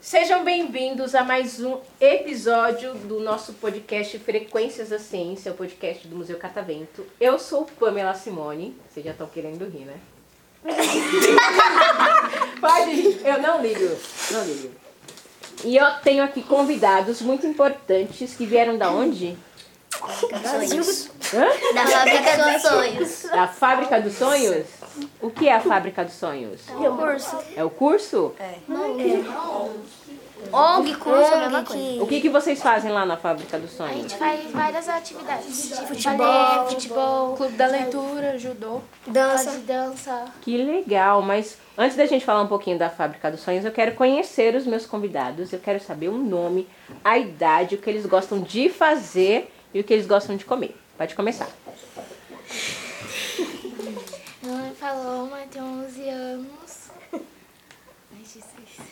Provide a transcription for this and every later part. Sejam bem-vindos a mais um episódio do nosso podcast Frequências da Ciência, o podcast do Museu Catavento. Eu sou Pamela Simone. Vocês já estão querendo rir, né? Pode rir. Eu não ligo. Não ligo. E eu tenho aqui convidados muito importantes que vieram da onde? Sonhos. Hã? Da fábrica dos sonhos. Da Fábrica dos Sonhos? O que é a Fábrica dos Sonhos? Curso. É o curso? ONG, curso, a mesma É coisa. O que, que vocês fazem lá na Fábrica dos Sonhos? faz várias atividades. Tipo futebol, futebol clube da leitura, judô, dança, dança. Que legal, mas antes da gente falar um pouquinho da Fábrica dos Sonhos, eu quero conhecer os meus convidados, eu quero saber o nome, a idade, o que eles gostam de fazer e o que eles gostam de comer. Pode começar. Meu nome é Paloma, tenho 11 anos. Ai, Jesus.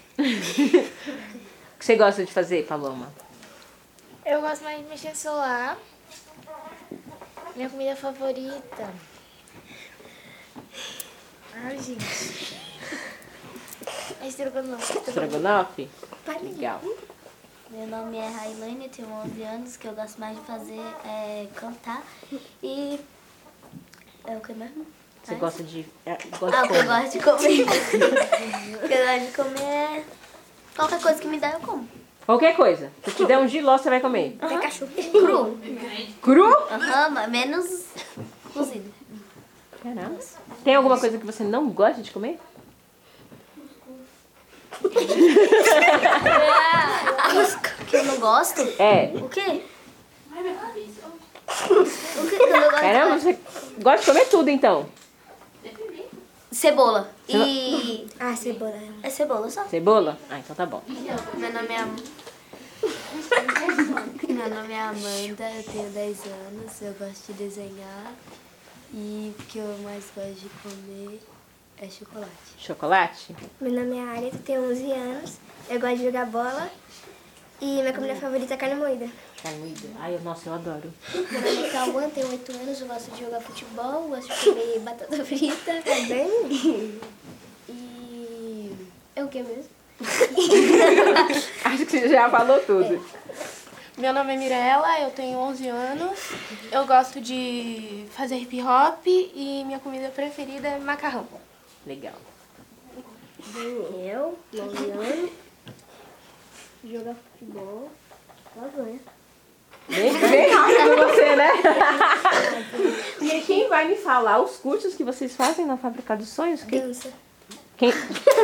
O que você gosta de fazer, Paloma? Eu gosto mais de mexer no celular. Minha comida favorita. Ai, gente. É estrogonofe. Estrogonofe? Legal. Meu nome é Railane, eu tenho 11 anos, que eu gosto mais de fazer é cantar e... É o que mesmo? Você gosta de. é, gosta Ah, de o que eu comer? gosto de comer. o que eu gosto de comer é... Qualquer coisa que me dá, eu como. Qualquer coisa. Se te der um giló, você vai comer. Até cachorro. Cru. Cru? Aham, mas menos cozido. Caramba. Tem alguma coisa que você não gosta de comer? Ah, O que eu não gosto? É. O quê? O que que eu não gosto? Caramba, você gosta de comer tudo então. Cebola. E... Ah, cebola. É cebola só. Cebola? Ah, então tá bom. Meu nome é... Meu nome é Amanda, eu tenho 10 anos, eu gosto de desenhar e o que eu mais gosto de comer é chocolate. Chocolate? Meu nome é Aria, eu tenho 11 anos, eu gosto de jogar bola e minha comida favorita é carne moída. Carne moída. Ai, eu- nossa, eu adoro. Meu nome é Cauã, tenho 8 anos, eu gosto de jogar futebol, gosto de comer batata frita. Também? E... É o que mesmo? Acho que você já falou tudo. Meu nome é Mirella, eu tenho 11 anos, eu gosto de fazer hip hop e minha comida preferida é macarrão. Legal. Eu, 9 anos, jogar futebol, lasanha. Bem, bem rápido você, né? e quem vai me falar os cursos que vocês fazem na Fábrica dos Sonhos? Quem? Dança. quem...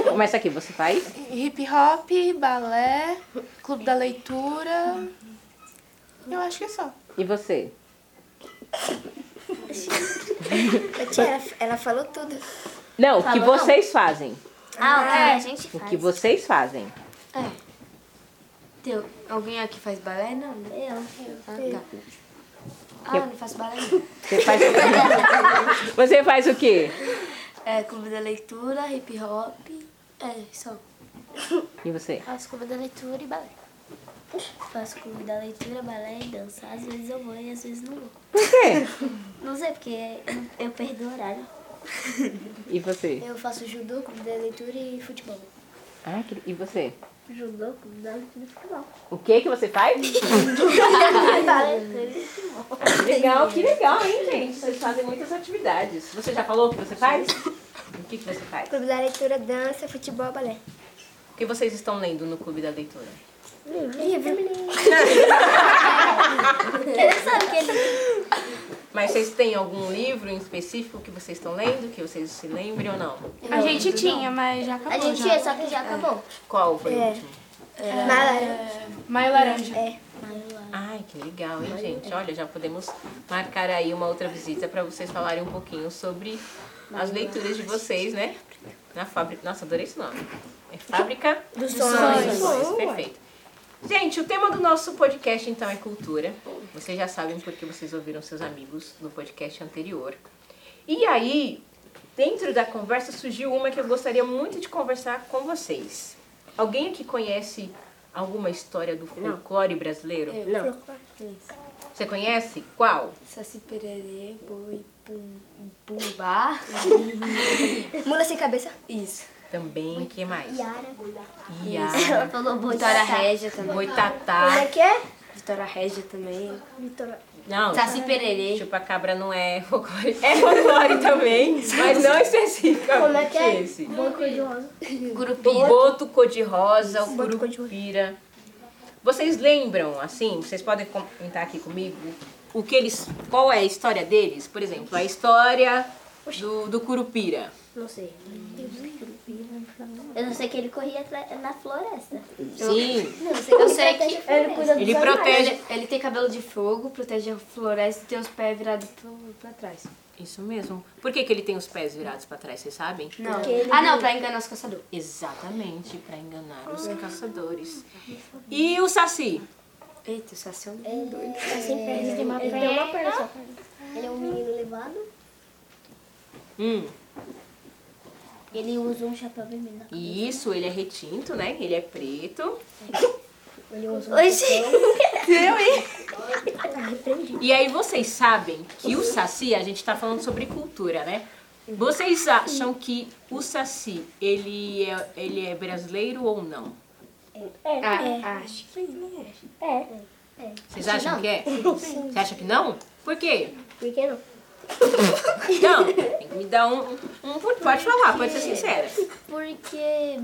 Começa aqui, você faz? Hip hop, balé, clube da leitura. Eu acho que é só. E você? Ela, ela falou tudo. Não, o que Falou, não. vocês fazem. Ah, o que a gente O tá. faz? que vocês fazem. Teu. Alguém aqui faz balé? Não, né? Eu. Ah, tá. Ah, Eu- não faço balé Você faz, você faz o quê? É clube da leitura, hip hop, é só. E você? Faço comida da leitura e balé. Faço clube da leitura, balé e dança. Às vezes eu vou e às vezes não vou. Por quê? Não sei, porque eu- eu perdo o horário. E você? Eu faço judô, comida da leitura e futebol. Ah, que- e você? Judô, comida da leitura e futebol. O que que você faz? Uhum. legal, que legal, hein, gente? Vocês fazem muitas atividades. Você já falou o que você faz? O que, que você faz? Clube da leitura, dança, futebol, balé. O que vocês estão lendo no Clube da Leitura? é Ele sabe que ele Mas vocês têm algum livro em específico que vocês estão lendo, que vocês se lembrem ou não? A gente tinha, mas já acabou. A gente já. ia, só que já acabou. Qual foi o último? Maio laranja. Ai, que legal, hein, gente? Olha, já podemos marcar aí uma outra visita para vocês falarem um pouquinho sobre as leituras de vocês, né? Na fábrica. Nossa, adorei esse nome. É Fábrica dos Sonhos. Perfeito. Gente, o tema do nosso podcast então é cultura. Vocês já sabem porque vocês ouviram seus amigos no podcast anterior. E aí, dentro da conversa surgiu uma que eu gostaria muito de conversar com vocês. Alguém aqui conhece alguma história do folclore brasileiro? Não. Você conhece? Qual? Saci pererê, boi, pum, bumbá. Mula sem cabeça. Isso. Também, que mais? Yara. Iara, falou boi. Vitória Régia também. Como é boitatá. que é? Vitória Régia também. Vitória. Não, Tá Saci pererê. chupacabra não é folclore. É folclore também, mas não especificamente Como é que é? esse. Boi cor-de-rosa. O Gurupira. boto cor-de-rosa, o Boto cor-de-rosa. curupira. Vocês lembram, assim, vocês podem comentar aqui comigo o que eles, qual é a história deles? Por exemplo, a história do, do curupira. Não sei. Eu não sei que ele corria atrás- na floresta. Sim, Não sei Eu sei que ele cuida dos ele animais. protege. Ele tem cabelo de fogo, protege a floresta e tem os pés virados pro- pra trás. Isso mesmo. Por que, que ele tem os pés virados pra trás, vocês sabem? Não. Porque ele- Ah, não, pra enganar os caçadores. Exatamente, pra enganar os caçadores. E o Saci? Eita, o Saci é um Sem perna. Ele tem uma perna. só. Ele é um menino levado. Hum, Ele usa um chapéu vermelho. na e isso, ele é retinto, né? Ele é preto. É. Ele usa um chapéu. Tá E aí vocês sabem que o Saci, a gente tá falando sobre cultura, né? Vocês acham que o Saci, ele é, ele é brasileiro ou não? É. Ah, acho. Vocês acham que é? Você acha que não? Por quê? Por que não? Não, tem que me dar um, um, por- Pode falar, pode ser sincera. Porque...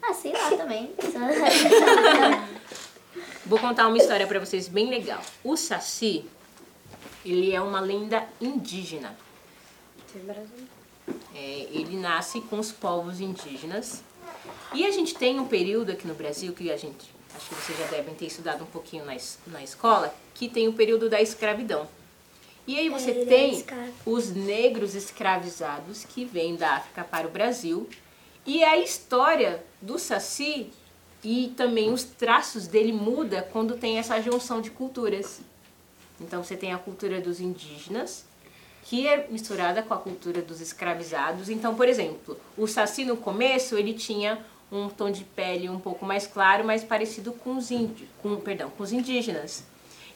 Ah, sei lá também. Vou contar uma história pra vocês bem legal. O Saci, ele é uma lenda indígena. É, ele nasce com os povos indígenas. E a gente tem um período aqui no Brasil que a gente, acho que vocês já devem ter estudado um pouquinho na, es- na escola, que tem o período da escravidão. E aí você Ele é tem escravo. os negros escravizados que vêm da África para o Brasil. E a história do Saci e também os traços dele muda quando tem essa junção de culturas. Então você tem a cultura dos indígenas, que é misturada com a cultura dos escravizados. Então, por exemplo, o Saci no começo, ele tinha um tom de pele um pouco mais claro, mais parecido com os índios, com, perdão, com os indígenas.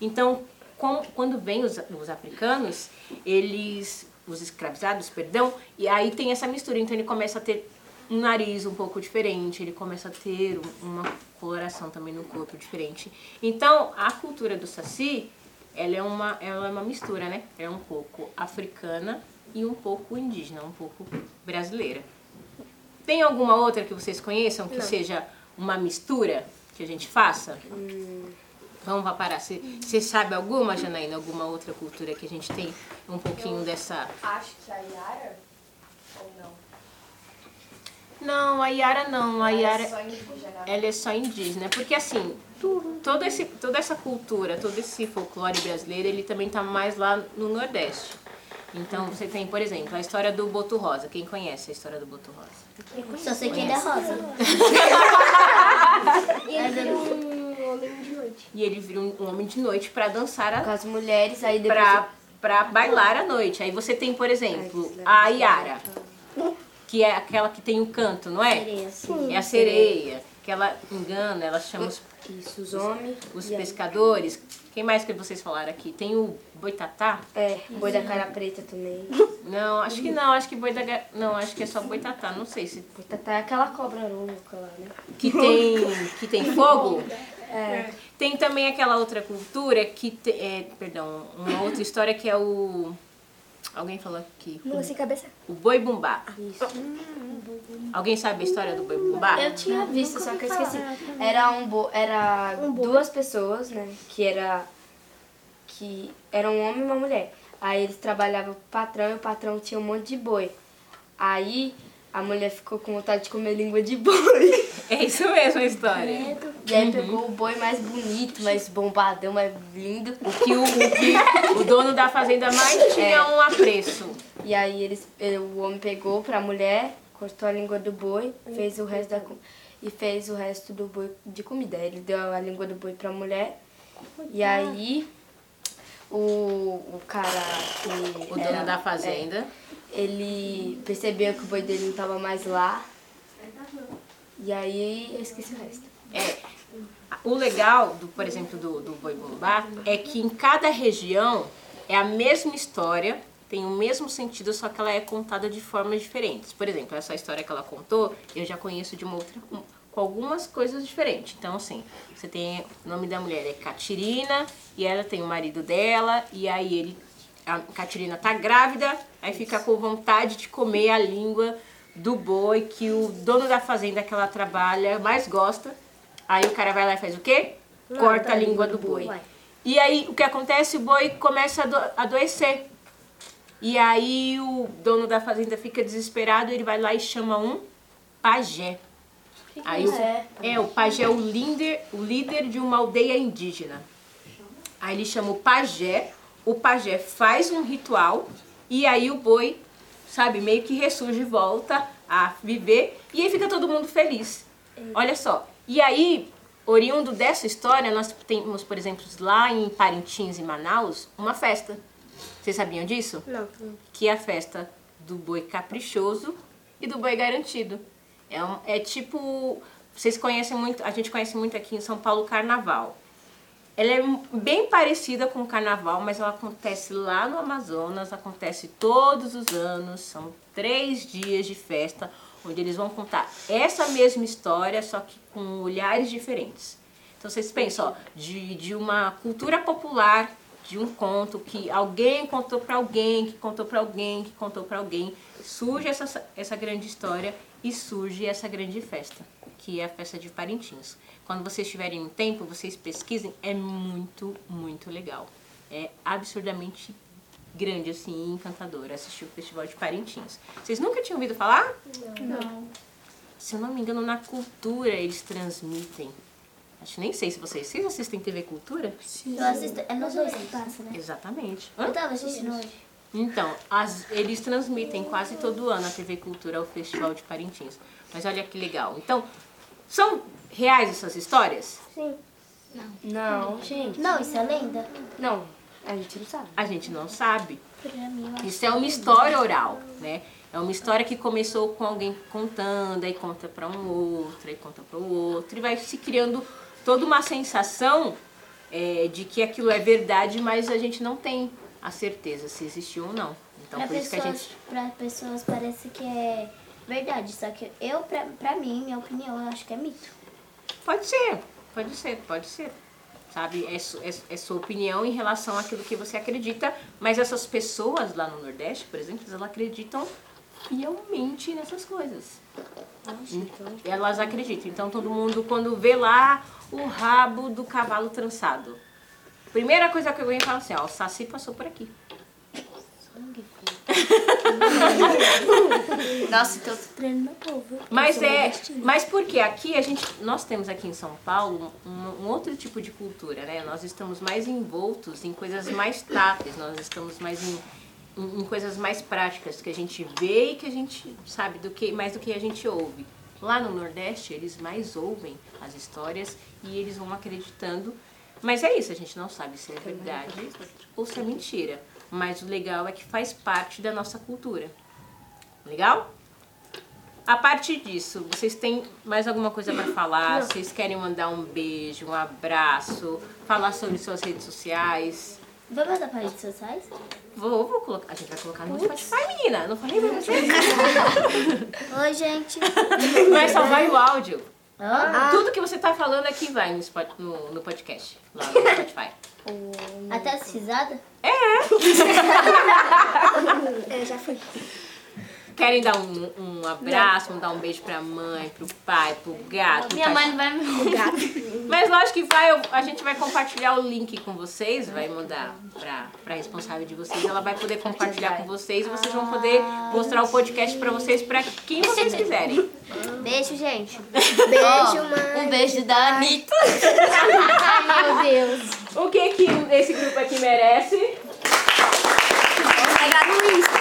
Então, com- quando vêm os, os africanos, eles, os escravizados, perdão, e aí tem essa mistura. Então ele começa a ter um nariz um pouco diferente, ele começa a ter um- uma coloração também no corpo diferente. Então, a cultura do Saci, ela é uma, ela é uma mistura, né? É um pouco africana e um pouco indígena, um pouco brasileira. Tem alguma outra que vocês conheçam que seja uma mistura que a gente faça? Vamos lá parar. Você sabe alguma, Janaína, alguma outra cultura que a gente tem um pouquinho dessa. Acho que a Yara ou não? Não, a Yara não. A Yara. indígena. ela é só indígena, porque assim, todo esse, toda essa cultura, todo esse folclore brasileiro, ele também tá mais lá no Nordeste. Então você tem, por exemplo, a história do Boto Rosa. Quem conhece a história do Boto Rosa? Só sei que ele é rosa. Ele é um homem de noite. E ele vira um homem de noite para dançar a Com as mulheres, aí depois... pra, pra bailar à noite. Aí você tem, por exemplo, a Yara, que é aquela que tem o canto, não é? É a sereia, que ela engana, ela chama os, Isso, os homens. os e aí- pescadores. Quem mais que vocês falaram aqui? Tem o boitatá? É, boi da cara preta também. Não, acho que não, acho que boi da ga- Não, acho que é só boitatá, não sei se. Boi da cara é aquela cobra louca lá, né? Que tem, que tem fogo? É. Tem também aquela outra cultura que. te- é, perdão, uma outra história que é o. Alguém falou aqui. Mula sem cabeça. Ah, O boi bumbá. Alguém sabe a história do boi bumbá? Eu tinha visto, só que eu esqueci. Era um bo... era duas pessoas, né? Que era que era um homem e uma mulher. Aí eles trabalhavam pro patrão e o patrão tinha um monte de boi. Aí a mulher ficou com vontade de comer língua de boi. É isso mesmo a história. E aí pegou o boi mais bonito, mais bombadão, mais lindo. Que o, o que o dono da fazenda mais É. tinha um apreço. E aí eles, ele- o homem pegou pra mulher, cortou a língua do boi, fez o resto da com- e fez o resto do boi de comida. Ele deu a língua do boi pra mulher. E aí o, o cara que O É. dono da fazenda. ele percebeu que o boi dele não tava mais lá. E aí eu esqueci o resto. É. O legal, do, por exemplo, do, do boi bumbá é que em cada região é a mesma história, tem o mesmo sentido, só que ela é contada de formas diferentes. Por exemplo, essa história que ela contou, eu já conheço de uma outra um, com algumas coisas diferentes. Então, assim, você tem o nome da mulher é Catirina e ela tem o marido dela e aí ele a Catirina tá grávida, aí fica com vontade de comer a língua do boi que o dono da fazenda que ela trabalha mais gosta. Aí o cara vai lá e faz o quê? Corta a língua do boi. E aí o que acontece? O boi começa a ado- adoecer. E aí o dono da fazenda fica desesperado, ele vai lá e chama um pajé. Aí o, é, o pajé é o líder, o líder de uma aldeia indígena. Aí ele chama o pajé, o pajé faz um ritual e aí o boi, sabe, meio que ressurge, volta a viver e aí fica todo mundo feliz. Olha só. E aí, oriundo dessa história, nós temos, por exemplo, lá em Parintins, em Manaus, uma festa. Vocês sabiam disso? Não. que é a festa do boi caprichoso e do boi garantido. É, um- é tipo, vocês conhecem muito, a gente conhece muito aqui em São Paulo o carnaval. Ela é m- bem parecida com o carnaval, mas ela acontece lá no Amazonas, acontece todos os anos, são três dias de festa, onde eles vão contar essa mesma história, só que com olhares diferentes. Então vocês pensam, ó, de, de uma cultura popular, de um conto que alguém contou pra alguém, que contou pra alguém, que contou pra alguém, surge essa, essa grande história e surge essa grande festa, que é a festa de Parintins. Quando vocês tiverem um tempo, vocês pesquisem, é muito, muito legal. É absurdamente grande, assim, e encantador assistir o Festival de Parintins. Vocês nunca tinham ouvido falar? se eu não me engano, na cultura eles transmitem. Acho que nem sei se vocês. Vocês assistem TV Cultura? Eu assisto. É nos dois que passa, né? Exatamente. Eu tava assistindo hoje. Então, as- eles transmitem quase todo ano a TV Cultura ao Festival de Parintins. Mas olha que legal. Então, são reais essas histórias? Não, gente. Não, isso é lenda? Não, a gente não sabe. A gente não sabe. Isso é uma história oral, né? É uma história que começou com alguém contando, aí conta para um outro, aí conta para o outro, e vai se criando toda uma sensação eh, de que aquilo é verdade, mas a gente não tem a certeza se existiu ou não. Então, Pra por isso que a pessoas, gente. pra pessoas parece que é verdade, só que eu, pra, pra mim, minha opinião, eu acho que é mito. Pode ser, pode ser, pode ser. Sabe, é, su- é, é sua opinião em relação àquilo que você acredita, mas essas pessoas lá no Nordeste, por exemplo, elas acreditam fielmente nessas coisas. Elas acreditam. Então todo mundo, quando vê lá o rabo do cavalo trançado, primeira coisa que alguém fala assim, ó, o Saci passou por aqui. Nossa, então. Prendo no povo. Mas é, mas porque aqui a gente, nós temos aqui em São Paulo um, um outro tipo de cultura, né? Nós estamos mais envoltos em coisas mais táteis, nós estamos mais em, em- em coisas mais práticas que a gente vê e que a gente sabe do que mais do que a gente ouve. Lá no Nordeste eles mais ouvem as histórias e eles vão acreditando. Mas é isso, a gente não sabe se é verdade ou se é mentira. Mas o legal é que faz parte da nossa cultura. Legal? A partir disso, vocês têm mais alguma coisa para falar? Vocês querem mandar um beijo, um abraço, falar sobre suas redes sociais? Vamos mandar para redes sociais? Vou, vou colocar. A gente vai colocar no Spotify, menina. Não falei pra vocês. Oi, gente. Vai salvar o áudio. Hã? Ah. Tudo que você tá falando aqui vai no, Spot- no, no podcast, lá no Spotify. Até as risadas? É, já fui. Querem dar um, um abraço, mandar um beijo pra mãe, pro pai, pro gato? Minha pra- mãe não vai me Mas lógico que vai, eu- a gente vai compartilhar o link com vocês, vai mandar pra, pra responsável de vocês. Ela vai poder compartilhar com vocês e vocês vão poder mostrar o podcast pra vocês, pra quem vocês quiserem. Beijo, gente. Beijo, mãe. Um beijo da Anitta. Meu Deus. O que que esse grupo aqui merece? Obrigada, Luísa.